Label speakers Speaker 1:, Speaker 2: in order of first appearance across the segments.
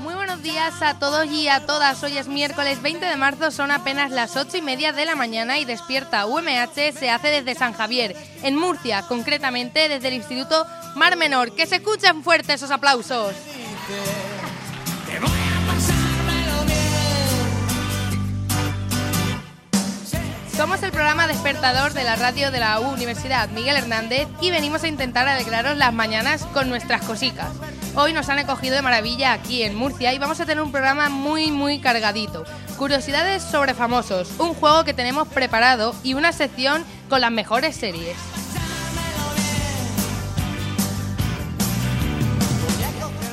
Speaker 1: Muy buenos días a todos y a todas. Hoy es miércoles 20 de marzo, son apenas las 8 y media de la mañana y despierta UMH se hace desde San Javier, en Murcia, concretamente desde el Instituto Mar Menor. Que se escuchen fuertes esos aplausos. Somos el programa despertador de la radio de la U Universidad Miguel Hernández y venimos a intentar alegraros las mañanas con nuestras cositas. Hoy nos han acogido de maravilla aquí en Murcia y vamos a tener un programa muy muy cargadito. Curiosidades sobre famosos, un juego que tenemos preparado y una sección con las mejores series.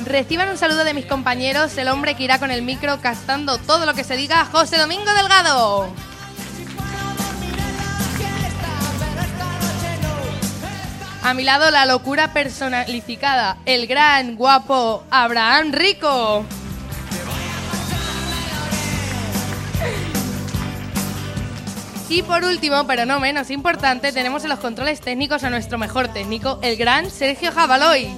Speaker 1: Reciban un saludo de mis compañeros, el hombre que irá con el micro castando todo lo que se diga, José Domingo Delgado. A mi lado la locura personalificada, el gran guapo Abraham Rico. Y por último, pero no menos importante, tenemos en los controles técnicos a nuestro mejor técnico, el gran Sergio Jabaloy.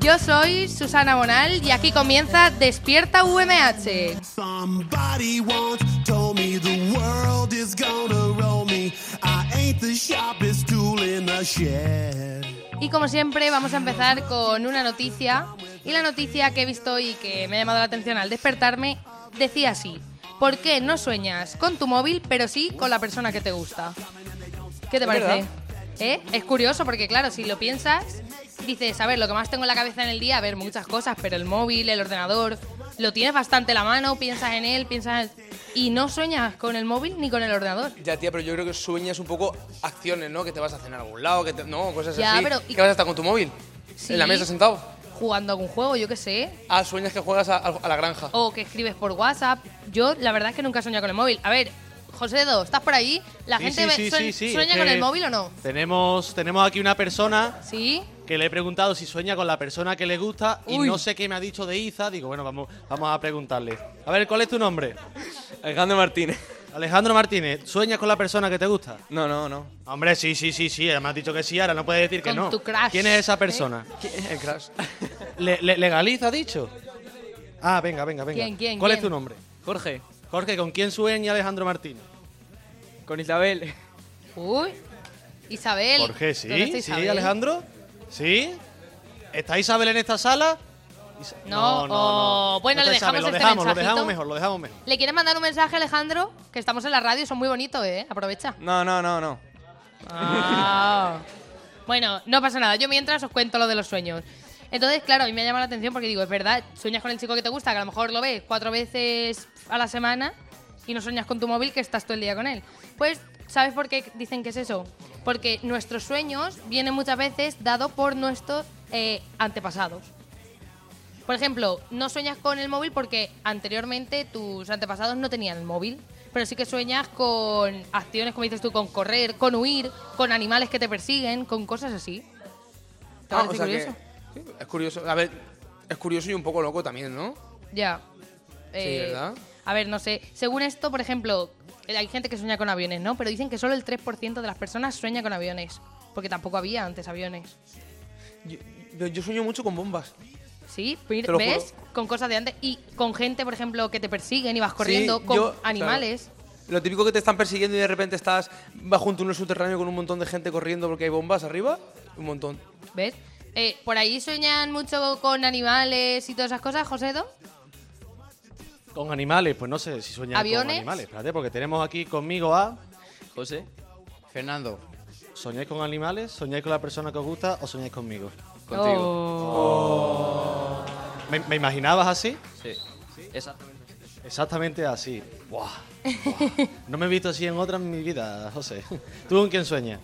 Speaker 1: Yo soy Susana Bonal y aquí comienza Despierta UMH.
Speaker 2: Somebody once told me the world is gonna roll me. I ain't the sharpest tool in the shed.
Speaker 1: Y como siempre vamos a empezar con una noticia. Y la noticia que he visto y que me ha llamado la atención al despertarme decía así. ¿Por qué no sueñas con tu móvil, pero sí con la persona que te gusta? ¿Qué te parece? ¿Eh? Es curioso porque claro, si lo piensas, dices, a ver, lo que más tengo en la cabeza en el día, a ver, muchas cosas, pero el móvil, el ordenador, lo tienes bastante en la mano, piensas en él, piensas... en- Y no sueñas con el móvil ni con el ordenador.
Speaker 3: Ya, tía, pero yo creo que sueñas un poco acciones, ¿no? Que te vas a cenar a algún lado, que te- no, cosas
Speaker 1: Ya,
Speaker 3: así.
Speaker 1: pero- y-
Speaker 3: Que vas a estar con tu móvil.
Speaker 1: Sí.
Speaker 3: En la mesa sentado.
Speaker 1: Jugando a algún juego, yo qué sé.
Speaker 3: Ah, sueñas que juegas a, a la granja.
Speaker 1: o que escribes por WhatsApp. Yo, la verdad es que nunca he soñado con el móvil. A ver, José Do, ¿estás por ahí? ¿La
Speaker 4: Sí,
Speaker 1: gente
Speaker 4: sí,
Speaker 1: ve-
Speaker 4: sí,
Speaker 1: sue-
Speaker 4: sí, sí,
Speaker 1: sueña
Speaker 4: es
Speaker 1: con
Speaker 4: que-
Speaker 1: el móvil o no?
Speaker 4: Tenemos, tenemos aquí una persona
Speaker 1: ¿Sí?
Speaker 4: que le he preguntado si sueña con la persona que le gusta y
Speaker 1: Uy.
Speaker 4: no sé qué me ha dicho de Iza. Digo, bueno, vamos, vamos a preguntarle. A ver, ¿cuál es tu nombre?
Speaker 3: Alejandro Martínez.
Speaker 4: Alejandro Martínez, ¿sueñas con la persona que te gusta?
Speaker 3: No, no, no.
Speaker 4: Hombre, sí, sí, sí, sí, me has dicho que sí, ahora no puedes decir que
Speaker 1: Con
Speaker 4: no.
Speaker 1: tu crush,
Speaker 4: ¿Quién es
Speaker 1: ¿eh?
Speaker 4: esa persona?
Speaker 3: El crash.
Speaker 4: Le- le- ¿Legaliza, ha dicho? Ah, venga, venga, venga.
Speaker 1: ¿Quién, quién,
Speaker 4: ¿Cuál
Speaker 1: quién?
Speaker 4: es tu nombre?
Speaker 3: Jorge.
Speaker 4: Jorge, ¿con quién sueña Alejandro Martínez?
Speaker 3: Con Isabel.
Speaker 1: Uy. Isabel.
Speaker 4: Jorge, sí,
Speaker 1: ¿Dónde está
Speaker 4: sí,
Speaker 1: Isabel?
Speaker 4: Alejandro. ¿Sí? ¿Está Isabel en esta sala? Isa-
Speaker 1: No, oh, bueno,
Speaker 4: está
Speaker 1: le dejamos
Speaker 4: Isabel,
Speaker 1: este
Speaker 4: lo dejamos, lo
Speaker 1: mensajito.
Speaker 4: dejamos mejor, lo dejamos mejor.
Speaker 1: ¿Le quieres mandar un mensaje, Alejandro? Que estamos en la radio, son muy bonitos, ¿eh? Aprovecha.
Speaker 3: No, no, no, no.
Speaker 1: Ah. Bueno, no pasa nada. Yo mientras os cuento lo de los sueños. Entonces, claro, a mí me llama la atención porque digo, es verdad, sueñas con el chico que te gusta, que a lo mejor lo ves cuatro veces a la semana y no sueñas con tu móvil que estás todo el día con él. Pues, ¿sabes por qué dicen que es eso? Porque nuestros sueños vienen muchas veces dados por nuestros eh, antepasados. Por ejemplo, no sueñas con el móvil porque anteriormente tus antepasados no tenían el móvil, pero sí que sueñas con acciones, como dices tú, con correr, con huir, con animales que te persiguen, con cosas así. ¿Te
Speaker 3: Ah,
Speaker 1: parece
Speaker 3: o sea que-
Speaker 1: curioso?
Speaker 3: sí, es curioso. A ver, es curioso y un poco loco también, ¿no?
Speaker 1: Ya. Eh,
Speaker 3: ¿verdad?
Speaker 1: A ver, no sé. Según esto, por ejemplo, eh, hay gente que sueña con aviones, ¿no? Pero dicen que solo el 3% de las personas sueña con aviones, porque tampoco había antes aviones.
Speaker 3: Yo, yo- yo sueño mucho con bombas.
Speaker 1: Sí, mira,
Speaker 3: Te lo juro.
Speaker 1: ¿ves? Con cosas de antes y con gente, por ejemplo, que te persiguen y vas corriendo,
Speaker 3: Sí,
Speaker 1: con
Speaker 3: yo-
Speaker 1: animales.
Speaker 3: claro. Lo típico que te están persiguiendo y de repente estás bajo un túnel subterráneo con un montón de gente corriendo porque hay bombas arriba. Un montón.
Speaker 1: ¿Ves? Eh, por ahí sueñan mucho con animales y todas esas cosas, Josedo.
Speaker 4: Con animales, pues no sé si sueña con
Speaker 1: ¿Aviones?
Speaker 4: animales. Espérate, porque tenemos aquí conmigo a.
Speaker 5: José. Fernando.
Speaker 1: Oh,
Speaker 4: ¿Soñáis con animales? ¿Soñáis con la persona que os gusta o soñáis conmigo?
Speaker 1: Oh.
Speaker 5: Contigo.
Speaker 4: ¿Me, me imaginabas así?
Speaker 5: Sí. Exactamente.
Speaker 4: Exactamente así. Buah, buah. No me he visto así en otra en mi vida, José. ¿Tú con quién sueñas?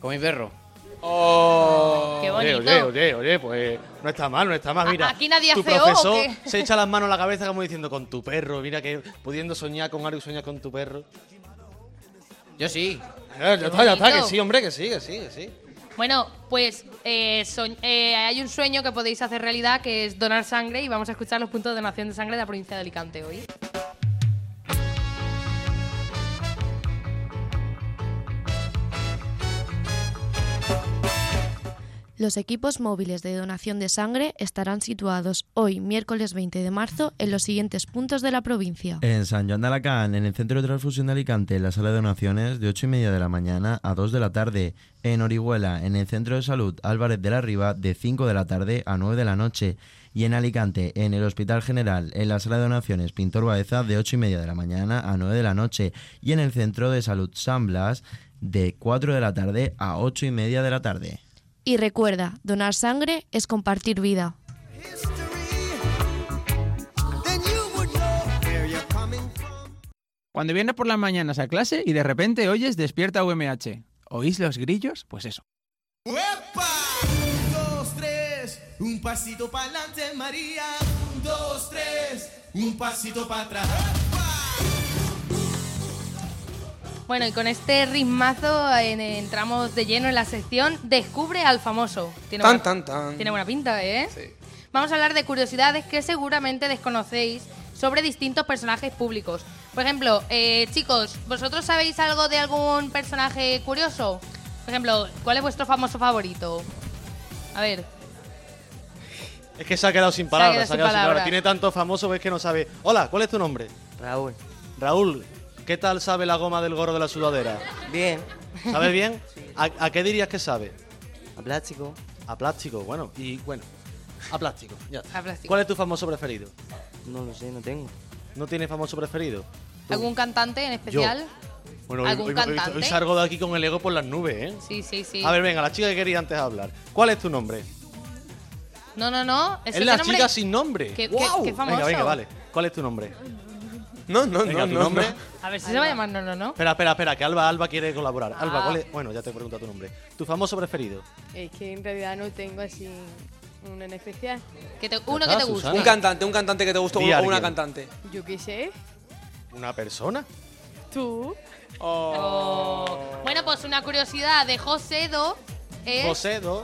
Speaker 5: Con mi perro.
Speaker 1: Qué
Speaker 4: Oye,
Speaker 1: bonito.
Speaker 4: oye, oye, oye, pues no está mal, no está mal.
Speaker 1: A-
Speaker 4: Mira,
Speaker 1: aquí nadie
Speaker 4: tu
Speaker 1: hace O, ¿o
Speaker 4: profesor
Speaker 1: qué?
Speaker 4: se echa las manos a la cabeza como diciendo con tu perro. Mira que pudiendo soñar con algo y soñar con tu perro.
Speaker 5: Yo sí.
Speaker 4: Eh, ya está, ya está, que
Speaker 1: bonito.
Speaker 4: sí, hombre, que sí, que sí, que sí.
Speaker 1: Bueno, pues eh, soñ- eh, hay un sueño que podéis hacer realidad que es donar sangre y vamos a escuchar los puntos de donación de sangre de la provincia de Alicante hoy.
Speaker 6: Los equipos móviles de donación de sangre estarán situados hoy, miércoles 20 de marzo, en los siguientes puntos de la provincia.
Speaker 7: En San Juan de Alacán, en el Centro de Transfusión de Alicante, en la sala de donaciones, de 8 y media de la mañana a 2 de la tarde. En Orihuela, en el Centro de Salud Álvarez de la Riva, de 5 de la tarde a 9 de la noche. Y en Alicante, en el Hospital General, en la sala de donaciones Pintor Baeza, de 8 y media de la mañana a 9 de la noche. Y en el Centro de Salud San Blas, de 4 de la tarde a 8 y media de la tarde.
Speaker 6: Y recuerda, donar sangre es compartir vida.
Speaker 2: Then you would know where you're coming from.
Speaker 8: Cuando vienes por las mañanas a clase y de repente oyes Despierta UMH. ¿Oís los grillos? Pues eso.
Speaker 2: ¡Uepa! Un, dos, tres, un pasito para adelante, María. Un, dos, tres, un pasito para atrás.
Speaker 1: Bueno, y con este ritmazo en- entramos de lleno en la sección Descubre al famoso. Tiene
Speaker 3: Tan,
Speaker 1: buena-
Speaker 3: tan, tan.
Speaker 1: Tiene buena pinta, ¿eh?
Speaker 3: Sí.
Speaker 1: Vamos a hablar de curiosidades que seguramente desconocéis sobre distintos personajes públicos. Por ejemplo, eh, chicos, ¿vosotros sabéis algo de algún personaje curioso? Por ejemplo, ¿cuál es vuestro famoso favorito? A ver,
Speaker 4: Es que se ha quedado sin
Speaker 1: ha
Speaker 4: palabras,
Speaker 1: quedado sin
Speaker 4: se ha quedado sin palabras.
Speaker 1: palabras.
Speaker 4: Tiene tanto famoso que es que no sabe. Hola, ¿cuál es tu nombre?
Speaker 9: Raúl.
Speaker 4: Raúl, ¿qué tal sabe la goma del gorro de la sudadera?
Speaker 9: Bien.
Speaker 4: ¿Sabes bien? ¿A, a qué dirías que sabe?
Speaker 9: A plástico.
Speaker 4: A plástico, bueno, y bueno, a plástico, ya está.
Speaker 1: A plástico.
Speaker 4: ¿Cuál es tu famoso preferido?
Speaker 9: No lo sé, no tengo.
Speaker 4: ¿No tienes famoso preferido?
Speaker 1: ¿algún cantante en especial?
Speaker 4: Bueno, hoy,
Speaker 1: ¿Algún
Speaker 4: hoy- hoy-
Speaker 1: cantante?
Speaker 4: hoy salgo de aquí con el ego por las nubes, ¿eh?
Speaker 1: Sí, sí, sí.
Speaker 4: A ver, venga, la chica que quería antes hablar. ¿Cuál es tu nombre?
Speaker 1: No, no, no.
Speaker 4: Es,
Speaker 1: que
Speaker 4: la
Speaker 1: ese nombre-
Speaker 4: chica sin nombre.
Speaker 1: Qué- qué-
Speaker 4: ¡Guau!
Speaker 1: qué famoso.
Speaker 4: Venga, venga, vale. ¿Cuál es tu nombre?
Speaker 3: No, no,
Speaker 4: Venga,
Speaker 3: no,
Speaker 4: tu
Speaker 3: no,
Speaker 4: nombre.
Speaker 3: no.
Speaker 1: A ver si se va a llamar no, no, no.
Speaker 4: Espera, espera, espera, que Alba, Alba quiere colaborar. Alba,
Speaker 10: Ah.
Speaker 4: ¿cuál es? Bueno, ya te he preguntado tu nombre. ¿Tu famoso preferido?
Speaker 10: Es que en realidad no tengo así uno en especial.
Speaker 1: Que te- uno que
Speaker 4: está,
Speaker 1: te guste.
Speaker 4: Susana.
Speaker 3: Un cantante, un cantante que te gusta o
Speaker 4: Di
Speaker 3: una
Speaker 4: alguien.
Speaker 3: cantante.
Speaker 10: Yo qué sé,
Speaker 4: ¿Una persona?
Speaker 10: tú.
Speaker 1: Oh. Bueno, pues una curiosidad de José Do es.
Speaker 4: José, ¿no?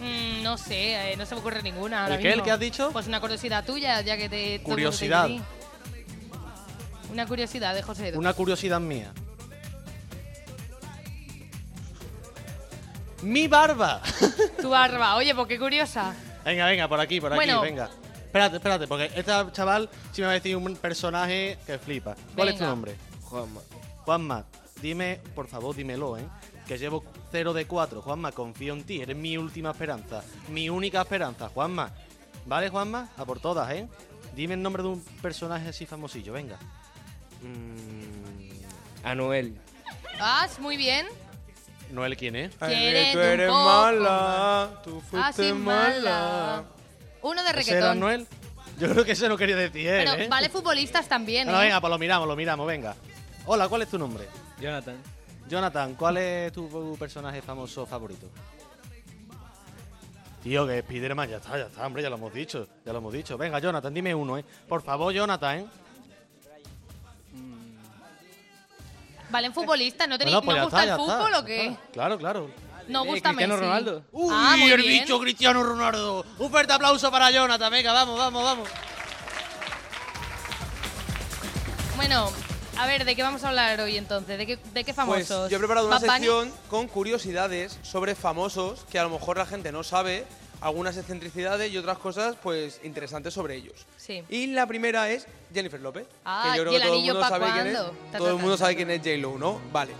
Speaker 1: Mm, no sé, eh, no se me ocurre ninguna. ahora
Speaker 4: ¿El qué? ¿El
Speaker 1: mismo.
Speaker 4: qué has dicho?
Speaker 1: Pues una curiosidad tuya, ya que te. todo el mundo te dice
Speaker 4: Curiosidad.
Speaker 1: a ti. Una curiosidad de José Do.
Speaker 4: Una curiosidad mía. Mi barba.
Speaker 1: Tu barba, oye, pues qué curiosa.
Speaker 4: Venga, venga, por aquí, por aquí,
Speaker 1: Bueno.
Speaker 4: venga. Espérate, espérate, porque este chaval sí me va a decir un personaje que flipa. ¿Cuál es tu
Speaker 1: Venga.
Speaker 4: nombre? Juanma, dime, por favor, dímelo, ¿eh? Que llevo 0 de 4. Juanma, confío en ti, eres mi última esperanza. Mi única esperanza, Juanma. ¿Vale, Juanma? A por todas, ¿eh? Dime el nombre de un personaje así famosillo, venga.
Speaker 9: Mm, Anuel.
Speaker 1: Vas muy bien.
Speaker 4: Noel, ¿quién es?
Speaker 3: Ay,
Speaker 1: Quiérete
Speaker 3: tú eres
Speaker 1: un poco
Speaker 3: mala, tú
Speaker 1: Así
Speaker 3: fuiste
Speaker 1: mala.
Speaker 3: mala.
Speaker 1: Uno de
Speaker 4: ¿Ese era
Speaker 1: reggaetón.
Speaker 4: Noel? Yo creo que ese no quería decir él,
Speaker 1: Bueno,
Speaker 4: ¿eh?
Speaker 1: vale, futbolistas también,
Speaker 4: Bueno,
Speaker 1: ¿eh?
Speaker 4: venga, pues lo miramos, lo miramos, venga. Hola, ¿cuál es tu nombre?
Speaker 5: Jonathan.
Speaker 4: Jonathan, ¿cuál es tu personaje famoso favorito? Tío, que Spiderman, ya está, ya está, hombre, ya lo hemos dicho, ya lo hemos dicho. Venga, Jonathan, dime uno, ¿eh? Por favor, Jonathan, ¿eh?
Speaker 1: Valen futbolistas, ¿no tenéis
Speaker 4: Bueno,
Speaker 1: no
Speaker 4: pues ya
Speaker 1: os gusta
Speaker 4: está,
Speaker 1: el
Speaker 4: ya está,
Speaker 1: fútbol
Speaker 4: ya
Speaker 1: o qué?
Speaker 4: está. Claro, claro.
Speaker 1: No
Speaker 5: Eh,
Speaker 1: gusta
Speaker 5: Cristiano
Speaker 1: Messi.
Speaker 5: Ronaldo.
Speaker 4: ¡Uy,
Speaker 1: Ah, muy
Speaker 4: el
Speaker 1: bien.
Speaker 4: bicho Cristiano Ronaldo! Un fuerte aplauso para Jonathan, venga, vamos, vamos, vamos.
Speaker 1: Bueno, a ver, ¿de qué vamos a hablar hoy entonces? ¿De qué, de qué
Speaker 3: Pues
Speaker 1: famosos?
Speaker 3: yo he preparado una
Speaker 1: Bad Bunny.
Speaker 3: sección con curiosidades sobre famosos que a lo mejor la gente no sabe, algunas excentricidades y otras cosas pues interesantes sobre ellos.
Speaker 1: Sí.
Speaker 3: Y la primera es Jennifer López,
Speaker 1: Ah,
Speaker 3: que yo creo
Speaker 1: ¿y el
Speaker 3: que todo el
Speaker 1: anillo
Speaker 3: mundo
Speaker 1: pa'
Speaker 3: sabe quién es.
Speaker 1: cuándo? Ta,
Speaker 3: Todo
Speaker 1: ta,
Speaker 3: el
Speaker 1: ta,
Speaker 3: mundo
Speaker 1: ta,
Speaker 3: sabe
Speaker 1: ta.
Speaker 3: quién es J-Lo, ¿no? Vale.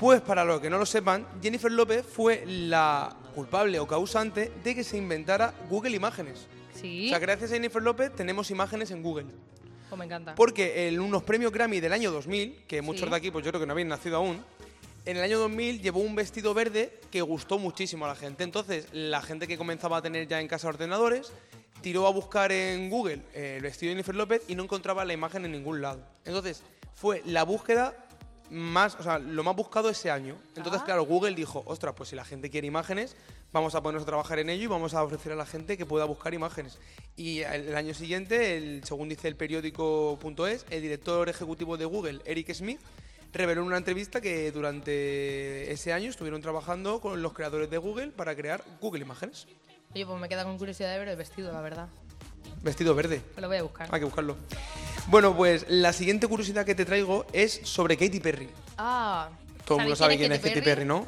Speaker 3: Pues para los que no lo sepan, Jennifer López fue la culpable o causante de que se inventara Google Imágenes. O
Speaker 1: Sí.
Speaker 3: sea, gracias a Jennifer López tenemos imágenes en Google.
Speaker 1: Oh, me encanta.
Speaker 3: Porque en unos premios Grammy del año 2000, que muchos
Speaker 1: Sí.
Speaker 3: de aquí pues yo creo que no habían nacido aún, en el año 2000 llevó un vestido verde que gustó muchísimo a la gente. Entonces, la gente que comenzaba a tener ya en casa ordenadores tiró a buscar en Google eh, el vestido de Jennifer López y no encontraba la imagen en ningún lado. Entonces, fue la búsqueda más, o sea, lo más buscado ese año. Entonces, claro, Google dijo, ostras, pues si la gente quiere imágenes, vamos a ponernos a trabajar en ello y vamos a ofrecer a la gente que pueda buscar imágenes. Y el, el año siguiente, el, según dice el periódico.es, el director ejecutivo de Google, Eric Smith, reveló en una entrevista que durante ese año estuvieron trabajando con los creadores de Google para crear Google Imágenes.
Speaker 1: Oye, pues me queda con curiosidad de ver el vestido, la verdad.
Speaker 3: Vestido verde.
Speaker 1: Pues lo voy a buscar.
Speaker 3: Hay que buscarlo. Bueno, pues la siguiente curiosidad que te traigo es sobre Katy Perry.
Speaker 1: Ah.
Speaker 3: Todo el mundo sabe quién es Katy Perry, ¿no?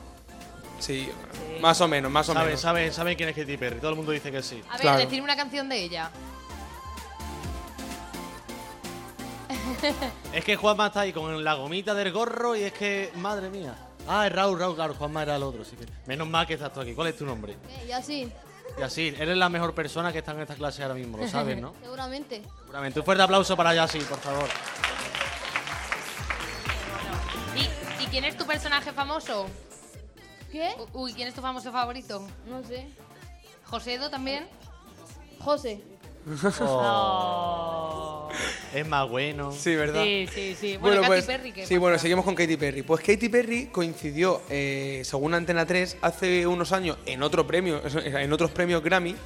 Speaker 3: Sí, más o menos, más o
Speaker 4: Sabe-
Speaker 3: menos.
Speaker 4: sabe- sabe quién es Katy Perry, todo el mundo dice que sí.
Speaker 1: A ver,
Speaker 3: Claro.
Speaker 1: decirme una canción de ella.
Speaker 4: Es que Juanma está ahí con la gomita del gorro y es que, madre mía. Ah, es Raúl, Raúl, claro, Juanma era el otro. Así que, menos mal que estás tú aquí. ¿Cuál es tu nombre?
Speaker 11: Y así.
Speaker 4: Y así, eres la mejor persona que está en esta clase ahora mismo, lo sabes, ¿no?
Speaker 11: Seguramente.
Speaker 4: Seguramente. Un fuerte aplauso para Yassi, por favor.
Speaker 1: ¿Y, y quién es tu personaje famoso?
Speaker 11: ¿Qué?
Speaker 1: Uy, ¿quién es tu famoso favorito?
Speaker 11: No sé.
Speaker 1: ¿Josedo también?
Speaker 11: José.
Speaker 4: Es más bueno.
Speaker 3: Sí, ¿verdad?
Speaker 1: Sí, sí, sí. Bueno, Katy
Speaker 3: pues,
Speaker 1: Perry, que
Speaker 3: sí, bueno, seguimos con Katy Perry. Pues Katy Perry coincidió, eh, según Antena 3, hace unos años en otro premio, en otros premios Grammy,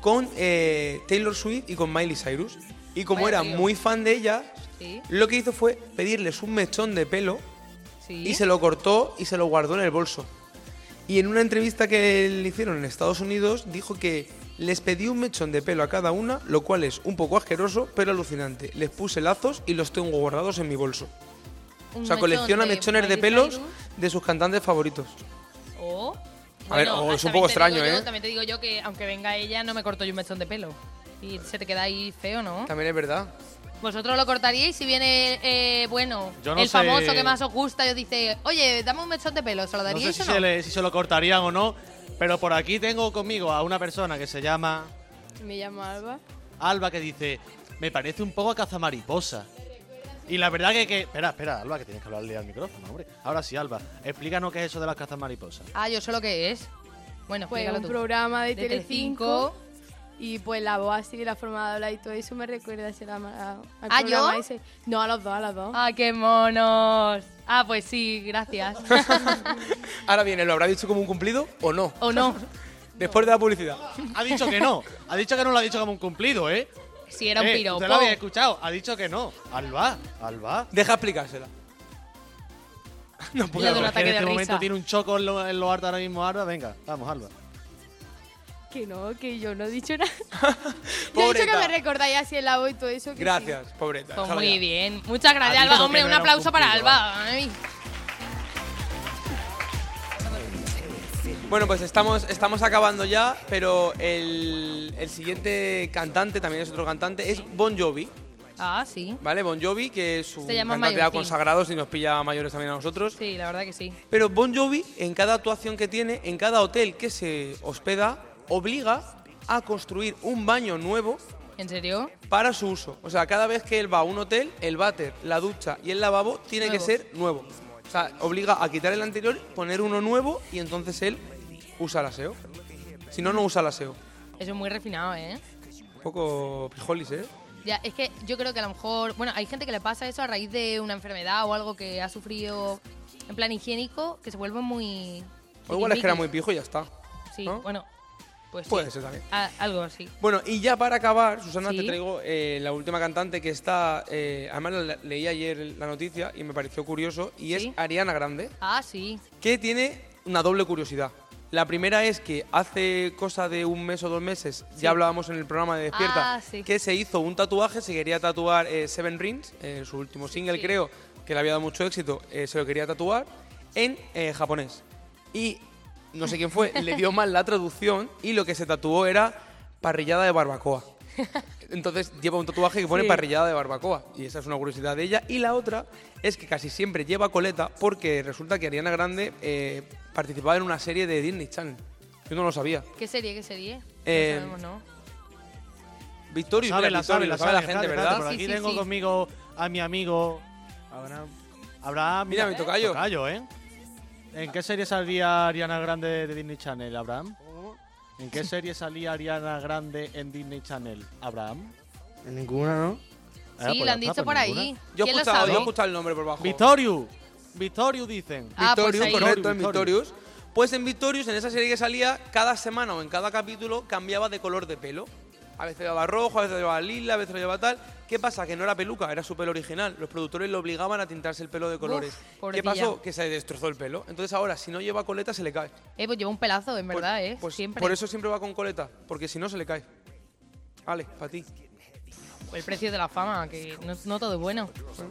Speaker 3: con eh, Taylor Swift y con Miley Cyrus. Y como
Speaker 12: Vaya
Speaker 3: era
Speaker 12: tío.
Speaker 3: muy fan de ella,
Speaker 1: Sí.
Speaker 3: lo que hizo fue pedirles un mechón de pelo
Speaker 1: Sí.
Speaker 3: y se lo cortó y se lo guardó en el bolso. Y en una entrevista que le hicieron en Estados Unidos dijo que les pedí un mechón de pelo a cada una, lo cual es un poco asqueroso, pero alucinante. Les puse lazos y los tengo guardados en mi bolso.
Speaker 1: Un
Speaker 3: o sea,
Speaker 1: mechón
Speaker 3: colecciona
Speaker 1: de
Speaker 3: mechones de
Speaker 1: Miley
Speaker 3: pelos
Speaker 1: Cyrus.
Speaker 3: de sus cantantes favoritos.
Speaker 1: O-
Speaker 3: A ver,
Speaker 1: Bueno,
Speaker 3: o es un
Speaker 1: también
Speaker 3: poco
Speaker 1: te
Speaker 3: extraño,
Speaker 1: digo yo-
Speaker 3: ¿eh?
Speaker 1: También te digo yo que aunque venga ella, no me corto yo un mechón de pelo. Y se te queda ahí feo, ¿no?
Speaker 3: También es verdad.
Speaker 1: ¿Vosotros lo cortaríais si viene, eh, bueno,
Speaker 4: Yo no
Speaker 1: el
Speaker 4: sé.
Speaker 1: famoso que más os gusta y os dice, oye, dame un mechón de pelo, ¿se lo
Speaker 4: No sé
Speaker 1: daríais
Speaker 4: si,
Speaker 1: o no?
Speaker 4: se le- si se lo cortarían o no, pero por aquí tengo conmigo a una persona que se llama
Speaker 10: Me llamo Alba.
Speaker 4: Alba que dice, me parece un poco a cazamariposa. Y la verdad que, que... Espera, espera, Alba, que tienes que hablarle al micrófono, hombre. Ahora sí, Alba, explícanos qué es eso de las cazamariposas.
Speaker 1: Ah, yo sé lo que es. Bueno,
Speaker 10: Fue
Speaker 1: explícalo
Speaker 10: Pues, un
Speaker 1: tú.
Speaker 10: programa de,
Speaker 1: De
Speaker 10: Telecinco.
Speaker 1: Telecinco.
Speaker 10: Y pues la voz así, la forma de hablar y todo eso me recuerda a ese ama- a- al
Speaker 1: ¿Ah,
Speaker 10: programa
Speaker 1: yo?
Speaker 10: ese. No, a los dos, a los dos.
Speaker 1: ¡Ah, qué monos! Ah, pues sí, gracias.
Speaker 3: Ahora viene, ¿lo habrá dicho como un cumplido o no?
Speaker 1: ¿O no?
Speaker 3: Después de la publicidad.
Speaker 4: Ha dicho que no, ha dicho que no lo ha dicho como un cumplido, ¿eh?
Speaker 1: Si era un
Speaker 4: Eh,
Speaker 1: piropo.
Speaker 4: usted lo había escuchado, ha dicho que no. Alba, Alba.
Speaker 3: Deja explicársela. No
Speaker 1: puedo. Le doy un ataque
Speaker 4: en
Speaker 1: de
Speaker 4: este
Speaker 1: risa.
Speaker 4: momento tiene un choco en lo, en lo harto ahora mismo, Alba. Venga, vamos, Alba.
Speaker 10: Que no, que yo no he dicho nada. yo he dicho que
Speaker 3: Pobreta.
Speaker 10: me recordáis así el la voz y todo eso. que sí.
Speaker 3: Gracias, pobreta.
Speaker 1: Pues
Speaker 3: déjala
Speaker 1: muy
Speaker 3: ya.
Speaker 1: bien. Muchas gracias,
Speaker 3: Ha dicho
Speaker 1: Alba.
Speaker 3: que
Speaker 1: Hombre,
Speaker 3: no
Speaker 1: un
Speaker 3: era un
Speaker 1: aplauso para
Speaker 3: cumplido,
Speaker 1: Alba. Ay.
Speaker 3: Bueno, pues estamos, estamos acabando ya, pero el, el siguiente cantante, también es otro cantante, es Bon Jovi,
Speaker 1: Ah, sí.
Speaker 3: ¿vale? Bon Jovi, que es un
Speaker 1: Se llama
Speaker 3: cantante ya
Speaker 1: mayorcín.
Speaker 3: consagrado, si nos pilla mayores también a nosotros.
Speaker 1: Sí, la verdad que sí.
Speaker 3: Pero Bon Jovi, en cada actuación que tiene, en cada hotel que se hospeda, obliga a construir un baño nuevo
Speaker 1: ¿En serio?
Speaker 3: para su uso. O sea, cada vez que él va a un hotel, el váter, la ducha y el lavabo tiene
Speaker 1: Nuevo.
Speaker 3: que ser nuevo. O sea, obliga a quitar el anterior, poner uno nuevo y entonces él usa el aseo. Si no, no usa el aseo.
Speaker 1: Eso es muy refinado, ¿eh?
Speaker 3: Un poco pijolis, ¿eh?
Speaker 1: Ya, es que yo creo que a lo mejor, bueno, hay gente que le pasa eso a raíz de una enfermedad o algo que ha sufrido en plan higiénico, que se vuelve muy...
Speaker 3: O igual es que era muy
Speaker 1: tiquismiquis.
Speaker 3: pijo y ya está.
Speaker 1: Sí, bueno, pues
Speaker 3: Puede
Speaker 1: sí.
Speaker 3: ser también.
Speaker 1: A- algo así.
Speaker 3: Bueno, y ya para acabar, Susana,
Speaker 1: Sí.
Speaker 3: te traigo eh, la última cantante que está. eh, además, la- leí ayer la noticia y me pareció curioso, y es Ariana Grande.
Speaker 1: Ah, sí.
Speaker 3: que tiene una doble curiosidad. La primera es que hace cosa de un mes o dos meses, ya hablábamos en el programa de Despierta,
Speaker 1: Ah, sí.
Speaker 3: que se hizo un tatuaje, se quería tatuar eh, Seven Rings, eh, su último single creo, que le había dado mucho éxito, eh, se lo quería tatuar en eh, japonés. Y no sé quién fue, le dio mal la traducción y lo que se tatuó era parrillada de barbacoa. Entonces lleva un tatuaje que pone
Speaker 12: Sí.
Speaker 3: parrillada de barbacoa. Y esa es una curiosidad de ella. Y la otra es que casi siempre lleva coleta porque resulta que Ariana Grande eh, participaba en una serie de Disney Channel. Yo no lo sabía.
Speaker 1: ¿Qué serie? ¿Qué serie?
Speaker 3: Eh,
Speaker 1: no sabemos, ¿no?
Speaker 3: Victorio,
Speaker 4: Sabe,
Speaker 3: mira,
Speaker 4: la sabe,
Speaker 3: Victorio,
Speaker 4: la
Speaker 3: lo sabe la
Speaker 4: sabe,
Speaker 3: gente,
Speaker 4: sabe,
Speaker 3: ¿verdad?
Speaker 4: sabe, Por aquí tengo conmigo a mi amigo Abraham. Abraham.
Speaker 3: Mira, mi tocayo.
Speaker 4: ¿eh? ¿En qué serie saldría Ariana Grande de Disney Channel, Abraham? ¿En qué serie salía Ariana Grande en Disney Channel? ¿Abraham?
Speaker 9: En ninguna, ¿no?
Speaker 4: Ah, pues
Speaker 1: Sí,
Speaker 4: ya
Speaker 1: lo han
Speaker 4: está,
Speaker 1: dicho
Speaker 4: pues
Speaker 1: por
Speaker 4: ninguna.
Speaker 1: ahí.
Speaker 3: Yo he
Speaker 1: ¿Quién lo
Speaker 3: escuchado, yo he
Speaker 1: sabe?
Speaker 3: escuchado el nombre por abajo.
Speaker 4: Victorious. Victorious dicen.
Speaker 1: Ah, pues
Speaker 3: Victorious,
Speaker 1: ahí.
Speaker 3: correcto, en
Speaker 4: Victorious.
Speaker 3: Victorious. Pues en Victorious, en esa serie que salía, cada semana o en cada capítulo cambiaba de color de pelo. A veces lo llevaba rojo, a veces lo llevaba lila, a veces lo llevaba tal. ¿Qué pasa? Que no era peluca, era su pelo original. Los productores lo obligaban a tintarse el pelo de colores. ¿Qué
Speaker 1: pobrecilla.
Speaker 3: pasó? Que se destrozó el pelo. Entonces ahora, si no lleva coleta, se le cae. pues
Speaker 1: Eh, pues lleva un pelazo, en verdad, ¿eh? Siempre.
Speaker 3: Por eso siempre va con coleta, porque si no, se le cae. Ale, para ti.
Speaker 1: El precio de la fama, que no, no todo es bueno.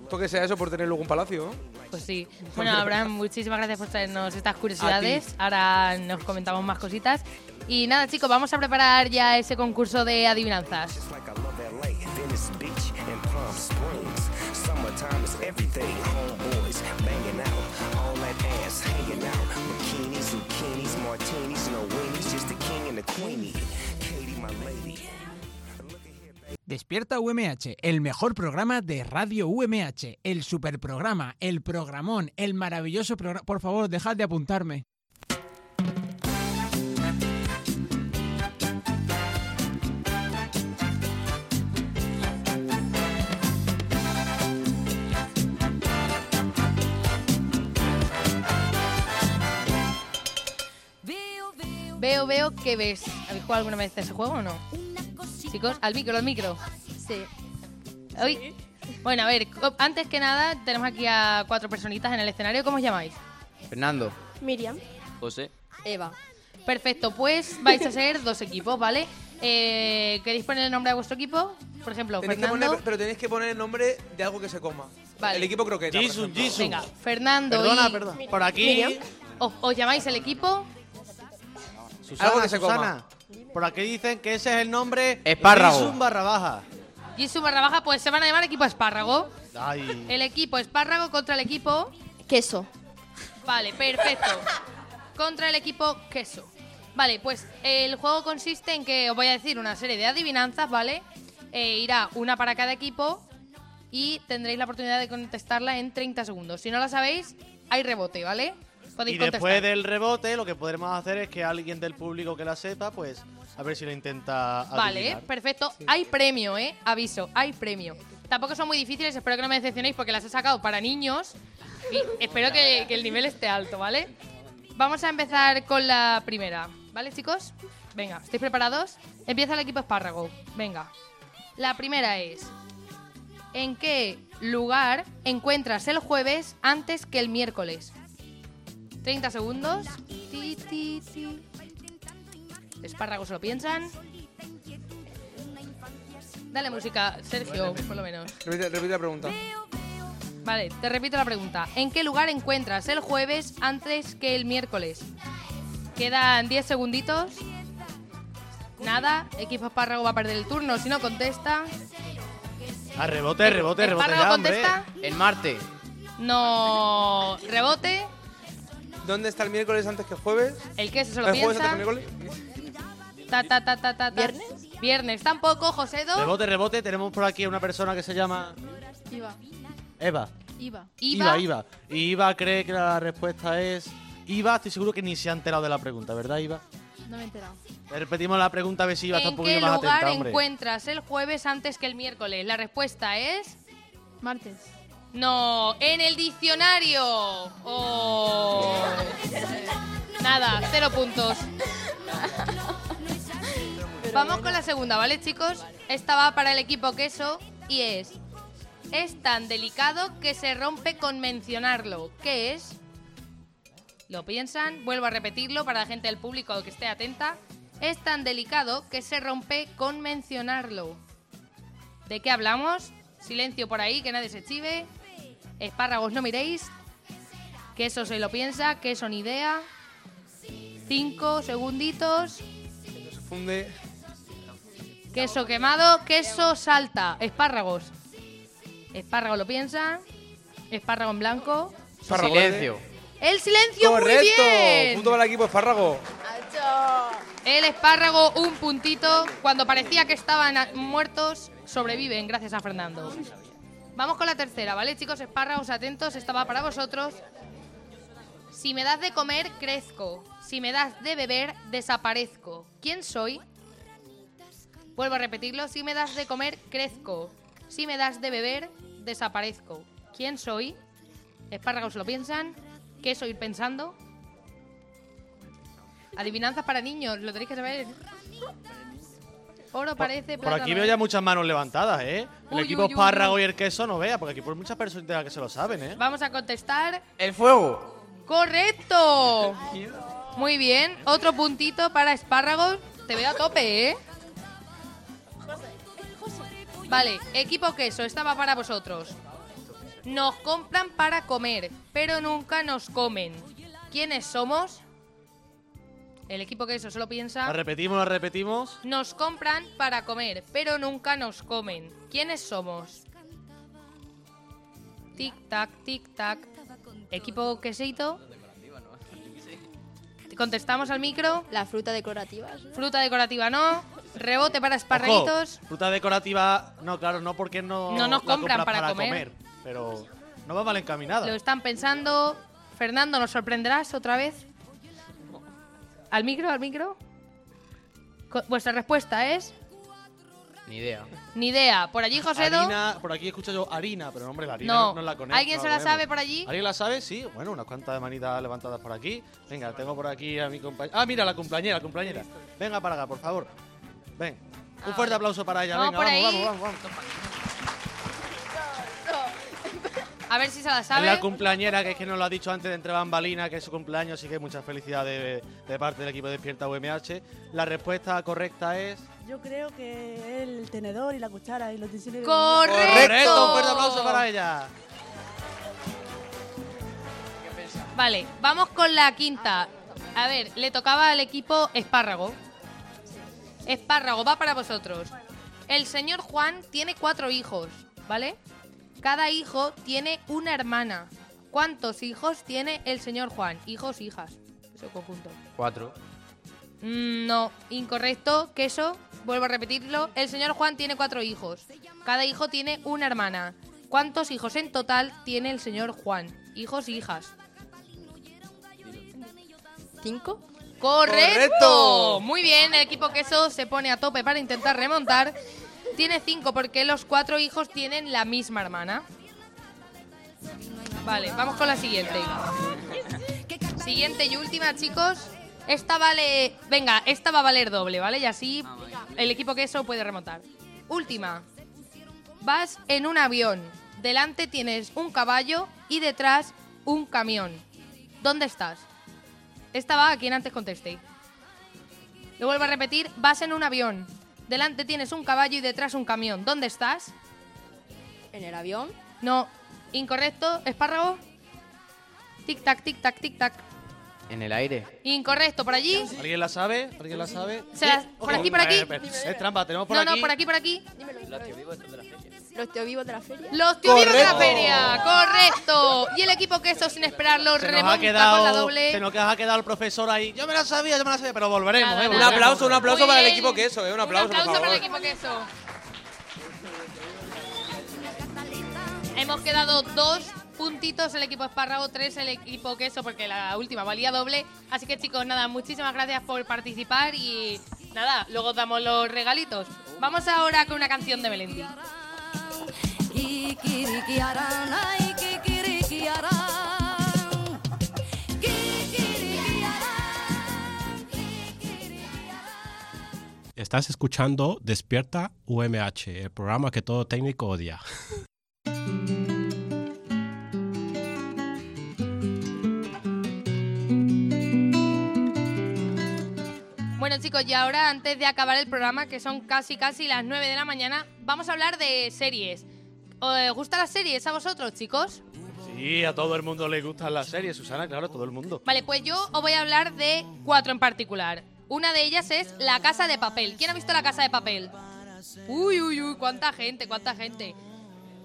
Speaker 3: Tú que sea eso por tener luego un palacio, ¿no?
Speaker 1: Pues sí. Bueno, Abraham, muchísimas gracias por traernos estas curiosidades. Ahora nos comentamos más cositas. Y nada, chicos, vamos a preparar ya ese concurso de adivinanzas.
Speaker 12: Like I love LA, Venice Beach, and Palm Springs. Summertime is everything. Homeboys banging out, all that ass hanging out. Bikinis, zucchinis, martinis, no weenies, just the king and the queenie. Katie, my lady.
Speaker 8: Despierta UMH, el mejor programa de Radio UMH, el superprograma, el programón, el maravilloso programa. Por favor, dejad de apuntarme.
Speaker 1: Veo, veo, ¿qué ves? ¿Habéis jugado alguna vez a ese juego o no? Chicos, al micro, al micro. Sí. Bueno, a ver, co- antes que nada, tenemos aquí a cuatro personitas en el escenario. ¿Cómo os llamáis?
Speaker 5: Fernando.
Speaker 11: Miriam.
Speaker 5: José.
Speaker 11: Eva.
Speaker 1: Perfecto, pues vais a ser dos equipos, ¿vale? Eh, ¿Queréis poner el nombre de vuestro equipo? Por ejemplo,
Speaker 3: Tenéis que
Speaker 1: Fernando.
Speaker 3: poner- pero tenéis que poner el nombre de algo que se coma.
Speaker 1: Vale.
Speaker 3: El equipo croqueta. por
Speaker 4: Jisoo,
Speaker 3: ejemplo.
Speaker 4: Jisoo.
Speaker 1: Venga, Fernando
Speaker 4: Perdona,
Speaker 1: y...
Speaker 4: perdón. Por aquí.
Speaker 1: Miriam. ¿Os, os llamáis el equipo?
Speaker 4: Susana,
Speaker 3: Algo que se
Speaker 4: Susana. Por aquí dicen que ese es el nombre.
Speaker 5: Espárrago.
Speaker 4: Jesús barra baja.
Speaker 1: Jisoo barra baja, pues se van a llamar equipo espárrago.
Speaker 4: Ay.
Speaker 1: El equipo espárrago contra el equipo...
Speaker 11: Queso.
Speaker 1: Vale, perfecto. Contra el equipo queso. Vale, pues el juego consiste en que os voy a decir una serie de adivinanzas, ¿vale? Eh, irá una para cada equipo y tendréis la oportunidad de contestarla en 30 segundos. Si no la sabéis, hay rebote, ¿vale? Podéis
Speaker 4: Y después
Speaker 1: contestar.
Speaker 4: del rebote, lo que podremos hacer es que alguien del público que la sepa, pues a ver si lo intenta.
Speaker 1: Vale,
Speaker 4: adivinar. Ah,
Speaker 1: perfecto. Hay premio, ¿eh? Aviso, hay premio. Tampoco son muy difíciles, espero que no me decepcionéis porque las he sacado para niños. Y espero que, que el nivel esté alto, ¿vale? Vamos a empezar con la primera, ¿vale, chicos? Venga, ¿estáis preparados? Empieza el equipo espárrago. Venga. La primera es: ¿En qué lugar encuentras el jueves antes que el miércoles? 30 segundos. Ti, ti, ti. Espárragos se lo piensan. Dale música, Sergio, por lo menos.
Speaker 3: Repite, repite la pregunta.
Speaker 1: Vale, te repito la pregunta. ¿En qué lugar encuentras el jueves antes que el miércoles? Quedan 10 segunditos. Nada, equipo espárrago va a perder el turno si no contesta.
Speaker 4: A rebote, rebote, rebote
Speaker 1: Espárrago
Speaker 4: ya, hombre.
Speaker 1: contesta.
Speaker 5: El martes.
Speaker 1: No, rebote.
Speaker 3: ¿Dónde está el miércoles antes que jueves?
Speaker 1: El queso se lo
Speaker 3: ¿El jueves
Speaker 1: piensa.
Speaker 3: antes que miércoles?
Speaker 1: Ta, ta, ta, ta, ta, ta. ¿Viernes? Viernes tampoco, José Do.
Speaker 4: Rebote, rebote. Tenemos por aquí a una persona que se llama
Speaker 11: Iba.
Speaker 4: Eva.
Speaker 11: Iba.
Speaker 4: Iva, Iva. Y Iva cree que la respuesta es. Iva, estoy seguro que ni se ha enterado de la pregunta, ¿verdad, Iva?
Speaker 11: No me he enterado.
Speaker 4: Le repetimos la pregunta a ver si Iva está un
Speaker 1: ¿En
Speaker 4: poquito
Speaker 1: qué
Speaker 4: más
Speaker 1: lugar
Speaker 4: atenta, hombre.
Speaker 1: encuentras el jueves antes que el miércoles? La respuesta es...
Speaker 11: Martes.
Speaker 1: No, en el diccionario. Oh. Nada, cero puntos. Vamos con la segunda, ¿vale, chicos? Esta va para el equipo queso y es. Es tan delicado que se rompe con mencionarlo. ¿Qué es? ¿Lo piensan? Vuelvo a repetirlo para la gente del público que esté atenta. Es tan delicado que se rompe con mencionarlo. ¿De qué hablamos? Silencio por ahí, que nadie se chive. Espárragos no miréis. Que eso se lo piensa, que eso ni idea. Cinco segunditos.
Speaker 3: Se funde.
Speaker 1: Queso quemado, queso salta. Espárragos. Espárrago lo piensa. Espárrago en blanco.
Speaker 3: Espárrago
Speaker 5: Silencio.
Speaker 1: El silencio muy
Speaker 3: Correcto.
Speaker 1: bien.
Speaker 3: Punto para el equipo espárrago.
Speaker 1: El espárrago un puntito. Cuando parecía que estaban a- muertos, sobreviven gracias a Fernando. Vamos con la tercera, ¿vale, chicos? Espárragos atentos, esta va para vosotros. Si me das de comer, crezco. Si me das de beber, desaparezco. ¿Quién soy? Vuelvo a repetirlo. Si me das de comer, crezco. Si me das de beber, desaparezco. ¿Quién soy? Espárragos lo piensan. ¿Qué soy pensando? Adivinanzas para niños, lo tenéis que saber. Oro parece ¿eh?
Speaker 4: Por
Speaker 1: plata
Speaker 4: aquí
Speaker 1: no
Speaker 4: veo
Speaker 1: es.
Speaker 4: ya muchas manos levantadas, ¿eh? El
Speaker 1: Uy,
Speaker 4: equipo
Speaker 1: uy, uy,
Speaker 4: espárrago
Speaker 1: uy.
Speaker 4: y el queso no vea, porque aquí por muchas personas que se lo saben, ¿eh?
Speaker 1: Vamos a contestar.
Speaker 4: ¡El fuego!
Speaker 1: ¡Correcto! Muy bien. Otro puntito para espárragos. Te veo a tope, ¿eh? Vale, equipo queso, estaba para vosotros. Nos compran para comer, pero nunca nos comen. ¿Quiénes somos? El equipo queso solo
Speaker 4: La
Speaker 1: piensa.
Speaker 4: repetimos, la repetimos.
Speaker 1: Nos compran para comer, pero nunca nos comen. ¿Quiénes somos? Tic tac, tic tac. Equipo quesito. Contestamos al micro.
Speaker 11: La fruta decorativa.
Speaker 1: Fruta decorativa no. Rebote para
Speaker 4: Ojo,
Speaker 1: esparraguitos.
Speaker 4: fruta decorativa, no, claro, no porque no,
Speaker 1: No nos
Speaker 4: la
Speaker 1: compran
Speaker 4: compras
Speaker 1: para comer.
Speaker 4: Pero no va mal encaminada.
Speaker 1: Lo están pensando. Fernando, ¿nos sorprenderás otra vez? Al micro, al micro. Co- Vuestra respuesta es
Speaker 5: Ni idea.
Speaker 1: ni idea. Por allí, Josedo.
Speaker 4: Harina, por aquí escucho yo harina, pero no, hombre, la harina
Speaker 1: No.
Speaker 4: no, la conozco.
Speaker 1: ¿Alguien
Speaker 4: no
Speaker 1: se la
Speaker 4: conozco.
Speaker 1: sabe por allí?
Speaker 4: ¿Alguien la sabe? Sí, bueno, unas cuantas manitas levantadas por aquí. Venga, tengo por aquí a mi compañera. Ah, mira, la compañera, compañera. Venga para acá, por favor. Ven. Un fuerte aplauso para ella.
Speaker 1: Ah, Vamos
Speaker 4: Venga,
Speaker 1: por
Speaker 4: vamos,
Speaker 1: ahí.
Speaker 4: vamos, vamos, vamos.
Speaker 1: A ver si se la
Speaker 4: Es
Speaker 1: sabe.
Speaker 4: la cumpleañera, que es que nos lo ha dicho antes de entre bambalinas, que es su cumpleaños, así que muchas felicidades de, de parte del equipo de Despierta UMH. La respuesta correcta es...
Speaker 13: Yo creo que el tenedor y la cuchara y los utensilios.
Speaker 4: Un fuerte aplauso para ella.
Speaker 1: Vale, vamos con la quinta. A ver, le tocaba al equipo espárrago. Espárrago, va para vosotros. El señor Juan tiene cuatro hijos, ¿vale? Cada hijo tiene una hermana. ¿Cuántos hijos tiene el señor Juan? Hijos, hijas. Eso conjunto.
Speaker 5: Cuatro.
Speaker 1: Mm, No, incorrecto, queso, vuelvo a repetirlo. El señor Juan tiene cuatro hijos. Cada hijo tiene una hermana. ¿Cuántos hijos en total tiene el señor Juan? Hijos y hijas. ¿Cinco? ¡Correcto!
Speaker 14: ¡Correcto!
Speaker 1: Muy bien, el equipo queso se pone a tope para intentar remontar. Tiene cinco porque los cuatro hijos tienen la misma hermana. Vale, vamos con la siguiente. Siguiente y última, chicos. Esta vale. Venga, esta va a valer doble, ¿vale? Y así el equipo queso puede remontar. Última. Vas en un avión. Delante tienes un caballo y detrás un camión. ¿Dónde estás? Esta va a quien antes conteste. Lo vuelvo a repetir. Vas en un avión. Delante tienes un caballo y detrás un camión. ¿Dónde estás?
Speaker 11: En el avión.
Speaker 1: No. Incorrecto. Espárrago. Tic tac, tic tac, tic tac.
Speaker 5: En el aire.
Speaker 1: Incorrecto. Por allí.
Speaker 4: ¿Alguien la sabe? ¿Alguien la sabe?
Speaker 1: Se la-
Speaker 4: Sí.
Speaker 1: por aquí, por aquí.
Speaker 4: Eh, espera, Es trampa, tenemos por
Speaker 1: no,
Speaker 4: aquí.
Speaker 1: no, por aquí, por aquí.
Speaker 11: Los tío vivos de la feria.
Speaker 1: Los tíos vivos de la
Speaker 4: Correcto.
Speaker 1: feria, correcto. Y el equipo que esto sin esperarlo
Speaker 4: Se nos,
Speaker 1: remonta
Speaker 4: ha quedado,
Speaker 1: con la doble.
Speaker 4: se nos ha quedado el profesor ahí. Yo me la sabía, yo me la sabía, pero volveremos.
Speaker 1: Nada,
Speaker 4: eh,
Speaker 1: nada.
Speaker 3: Un aplauso, un aplauso
Speaker 1: Muy
Speaker 3: para el
Speaker 1: bien.
Speaker 3: equipo queso, eh. Un
Speaker 1: Un
Speaker 3: aplauso, por
Speaker 1: aplauso
Speaker 3: favor.
Speaker 1: para el equipo queso. Hemos quedado dos puntitos el equipo espárrago, tres el equipo queso, porque la última valía doble. Así que chicos, nada, muchísimas gracias por participar y nada, luego os damos los regalitos. Vamos ahora con una canción de Melendi.
Speaker 15: Estás escuchando Despierta UMH, el programa que todo técnico odia.
Speaker 1: Bueno chicos, y ahora antes de acabar el programa, que son casi casi las 9 de la mañana, vamos a hablar de series. ¿Os gustan las series a vosotros, chicos?
Speaker 4: Sí, a todo el mundo le gustan las series, Susana, claro, a todo el mundo.
Speaker 1: Vale, pues yo os voy a hablar de cuatro en particular. Una de ellas es La Casa de Papel. ¿Quién ha visto La Casa de Papel? Uy, uy, uy, cuánta gente, cuánta gente.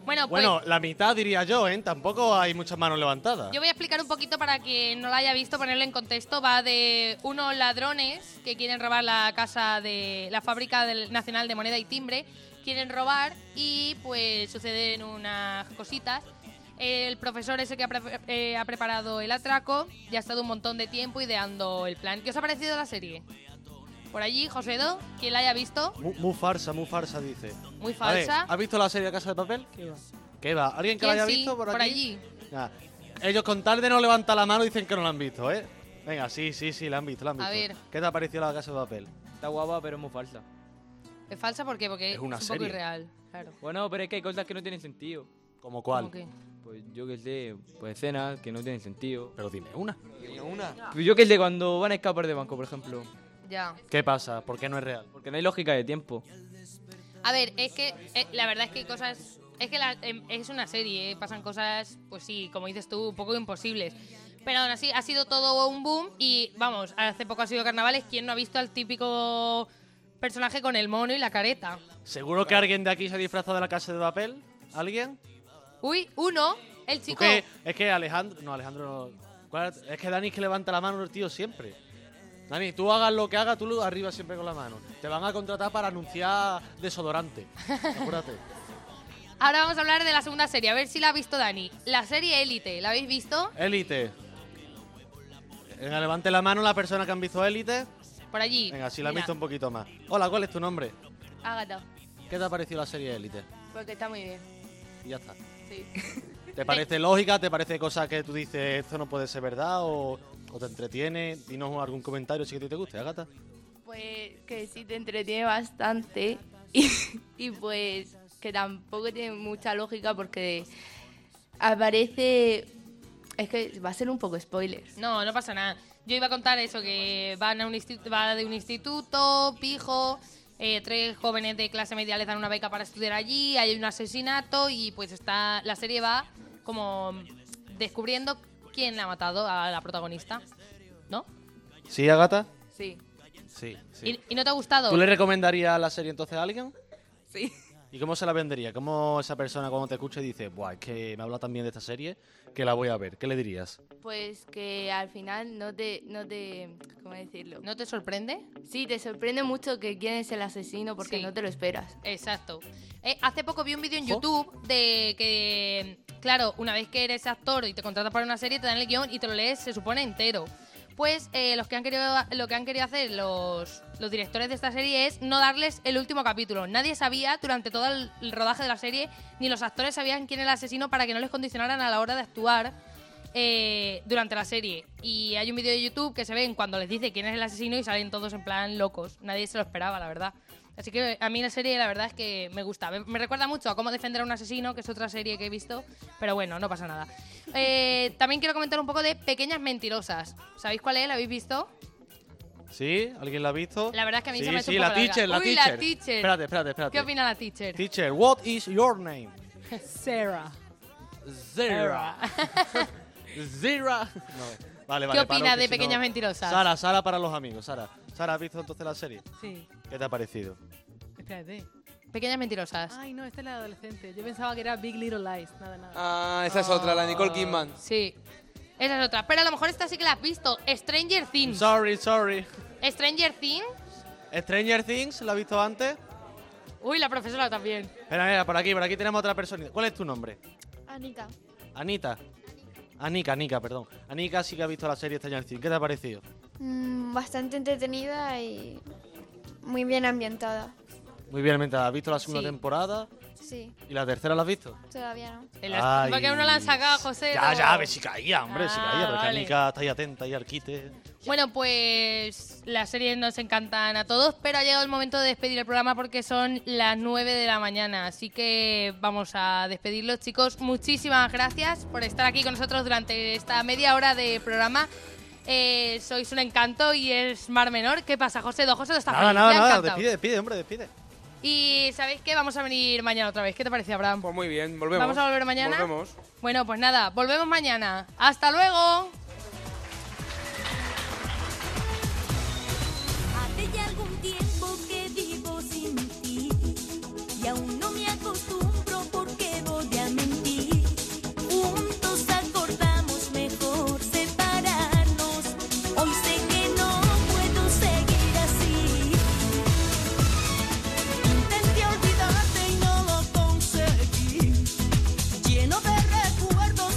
Speaker 1: Bueno, pues
Speaker 4: Bueno, la mitad diría yo, ¿eh? Tampoco hay muchas manos levantadas.
Speaker 1: yo voy a explicar un poquito para quien no la haya visto, ponerlo en contexto. Va de unos ladrones que quieren robar la casa de la fábrica del- nacional de moneda y timbre. Quieren robar y pues suceden unas cositas. El profesor ese que ha, pre- eh, ha preparado el atraco ya ha estado un montón de tiempo ideando el plan. ¿Qué os ha parecido la serie? Por allí, Josedo, quien la haya visto.
Speaker 4: Mu- Muy, farsa, muy farsa, dice.
Speaker 1: Muy
Speaker 4: A ver,
Speaker 1: falsa.
Speaker 4: ¿Has visto la serie Casa de Papel?
Speaker 1: ¿Qué va?
Speaker 4: ¿Qué va? ¿Alguien que la
Speaker 1: ¿Quién
Speaker 4: haya
Speaker 1: sí?
Speaker 4: visto por aquí?
Speaker 1: allí?
Speaker 4: Nah. Ellos con tal de no levantar la mano dicen que no la han visto, ¿eh? Venga, sí, sí, sí, la han visto, la han visto.
Speaker 1: A ver.
Speaker 4: ¿Qué te ha parecido la Casa de Papel?
Speaker 9: Está guapa, pero es muy falsa.
Speaker 1: ¿Es falsa por qué? Porque es,
Speaker 4: una
Speaker 1: un
Speaker 4: serie.
Speaker 1: poco irreal. Claro.
Speaker 9: Bueno, pero es que hay cosas que no tienen sentido.
Speaker 4: ¿Como cuál?
Speaker 1: ¿Cómo qué?
Speaker 9: Pues yo que sé, pues escenas que no tienen sentido.
Speaker 4: Pero dime una.
Speaker 3: Dime una.
Speaker 9: Pues yo que sé, cuando van a escapar de banco, por ejemplo.
Speaker 1: Ya.
Speaker 4: ¿Qué pasa? ¿Por qué no es real?
Speaker 9: Porque no hay lógica de tiempo.
Speaker 1: A ver, es que eh, la verdad es que hay cosas. Es que la- em, es una serie, eh, pasan cosas, pues sí, como dices tú, un poco imposibles. Pero aún así, ha sido todo un boom y vamos, hace poco ha sido carnavales. ¿Quién no ha visto al típico personaje con el mono y la careta?
Speaker 4: ¿Seguro que alguien de aquí se ha disfrazado de la Casa de Papel? ¿Alguien?
Speaker 1: Uy, uno, el chico.
Speaker 4: ¿Qué? Es que Alejandro. No, Alejandro no. ¿Cuál? Es que Dani es que levanta la mano el tío siempre. Dani, tú hagas lo que hagas, tú lo- arriba siempre con la mano. Te van a contratar para anunciar desodorante. Acuérdate.
Speaker 1: Ahora vamos a hablar de la segunda serie, a ver si la ha visto Dani. La serie Élite, ¿la habéis visto?
Speaker 4: Élite. Venga, levante la mano la persona que han visto Élite.
Speaker 1: Por allí.
Speaker 4: Venga, si la han
Speaker 1: Mira,
Speaker 4: visto un poquito más. Hola, ¿cuál es tu nombre?
Speaker 11: Ágata.
Speaker 4: ¿Qué te ha parecido la serie Élite?
Speaker 11: Porque está muy bien.
Speaker 4: Y ya está.
Speaker 11: Sí.
Speaker 4: ¿Te parece lógica? ¿Te parece cosas que tú dices, esto no puede ser verdad? ¿O, o te entretiene? Dinos algún comentario si que te guste, Agata.
Speaker 11: Pues que sí te entretiene bastante y, y pues que tampoco tiene mucha lógica porque aparece... Es que va a ser un poco spoiler.
Speaker 1: No, no pasa nada. Yo iba a contar eso, que van a un instituto, va de un instituto, pijo, eh, tres jóvenes de clase media les dan una beca para estudiar allí, hay un asesinato y pues está la serie va como descubriendo quién ha matado a la protagonista. ¿No?
Speaker 4: ¿Sí, Agata?
Speaker 11: Sí.
Speaker 4: Sí, sí.
Speaker 1: ¿Y, y no te ha gustado?
Speaker 4: ¿Tú le recomendarías la serie entonces a alguien?
Speaker 11: Sí.
Speaker 4: ¿Y cómo se la vendería? ¿Cómo esa persona cuando te escucha dice, Buah, es que me habla tan bien de esta serie que la voy a ver? ¿Qué le dirías?
Speaker 11: Pues que al final no te, no te, ¿cómo decirlo?
Speaker 1: ¿No te sorprende?
Speaker 11: Sí, te sorprende mucho que quién es el asesino porque
Speaker 1: Sí.
Speaker 11: no te lo esperas.
Speaker 1: Exacto. Eh, hace poco vi un vídeo en YouTube de que, claro, una vez que eres actor y te contratas para una serie, te dan el guión y te lo lees, se supone, entero. Pues eh, los que han querido, lo que han querido hacer los, los directores de esta serie es no darles el último capítulo. Nadie sabía durante todo el el rodaje de la serie, ni los actores sabían quién era el asesino para que no les condicionaran a la hora de actuar eh, durante la serie. Y hay un vídeo de YouTube que se ven cuando les dice quién es el asesino y salen todos en plan locos. Nadie se lo esperaba, la verdad. Así que a mí la serie la verdad es que me gusta. Me, me recuerda mucho a Cómo defender a un asesino, que es otra serie que he visto, pero bueno, no pasa nada. Eh, también quiero comentar un poco de Pequeñas Mentirosas. ¿Sabéis cuál es? ¿La habéis visto?
Speaker 4: ¿Sí? ¿Alguien la ha visto?
Speaker 1: La verdad es que a mí
Speaker 4: sí,
Speaker 1: se me ha hecho
Speaker 4: sí,
Speaker 1: un
Speaker 4: la
Speaker 1: poco larga.
Speaker 4: teacher, la
Speaker 1: Uy, la
Speaker 4: teacher.
Speaker 1: teacher.
Speaker 4: Espérate, espérate, espérate.
Speaker 1: ¿Qué opina la teacher?
Speaker 4: Teacher, what is your name?
Speaker 1: Sarah.
Speaker 4: Zera. Zera. Vale, vale,
Speaker 1: ¿Qué
Speaker 4: paro,
Speaker 1: opina
Speaker 4: que
Speaker 1: de
Speaker 4: si no-
Speaker 1: Pequeñas Mentirosas?
Speaker 4: Sara, Sara para los amigos, Sara. Sara, ¿has visto entonces la serie?
Speaker 14: Sí,
Speaker 4: ¿Qué te ha parecido?
Speaker 14: espérate.
Speaker 1: Pequeñas Mentirosas.
Speaker 14: Ay, no, esta es la de adolescente. Yo pensaba que era Big Little Lies. Nada, nada.
Speaker 3: Ah, esa es otra, la de Nicole Kidman.
Speaker 1: Sí. Esa es otra. Pero a lo mejor esta sí que la has visto. Stranger Things.
Speaker 4: Sorry, sorry.
Speaker 1: Stranger Things.
Speaker 4: Stranger Things, ¿la has visto antes?
Speaker 1: Uy, la profesora también.
Speaker 4: Espera, mira, por aquí, por aquí tenemos otra persona. ¿Cuál es tu nombre?
Speaker 11: Anita.
Speaker 4: Anita. Anika, Anika, perdón. Anika sí que ha visto la serie Stranger Things. ¿Qué te ha parecido?
Speaker 16: Mm, bastante entretenida y muy bien ambientada.
Speaker 4: Muy bien, Menta. ¿Has visto la segunda
Speaker 16: Sí.
Speaker 4: temporada?
Speaker 16: Sí,
Speaker 4: ¿Y la tercera la has visto?
Speaker 16: todavía no.
Speaker 4: Ay.
Speaker 1: Porque aún no la han sacado, José.
Speaker 4: Ya,
Speaker 1: no.
Speaker 4: ya, a ver si caía, hombre, si
Speaker 1: Ah,
Speaker 4: caía. Pero que
Speaker 1: vale.
Speaker 4: Anika está ahí atenta y al quite.
Speaker 1: Bueno, pues las series nos encantan a todos, pero ha llegado el momento de despedir el programa porque son las 9 de la mañana. Así que vamos a despedirlos, chicos. Muchísimas gracias por estar aquí con nosotros durante esta media hora de programa. Eh, sois un encanto y es Mar Menor. ¿Qué pasa, José? Dos José, está
Speaker 4: Nada,
Speaker 1: feliz,
Speaker 4: nada,
Speaker 1: le ha
Speaker 4: nada.
Speaker 1: encantado.
Speaker 4: Despide, despide, hombre, despide.
Speaker 1: Y ¿sabéis qué? Vamos a venir mañana otra vez. ¿Qué te parece, Abraham?
Speaker 3: Pues muy bien, volvemos.
Speaker 1: ¿Vamos a volver mañana?
Speaker 3: Volvemos.
Speaker 1: Bueno, pues nada, volvemos mañana. ¡Hasta luego!
Speaker 17: Hace ya algún tiempo que vivo sin ti y aún no me acostumbro porque voy a mentir. Juntos acordamos mejor separarnos. Hoy sé que no puedo seguir así. Intenté olvidarte y no lo conseguí. Lleno de recuerdos.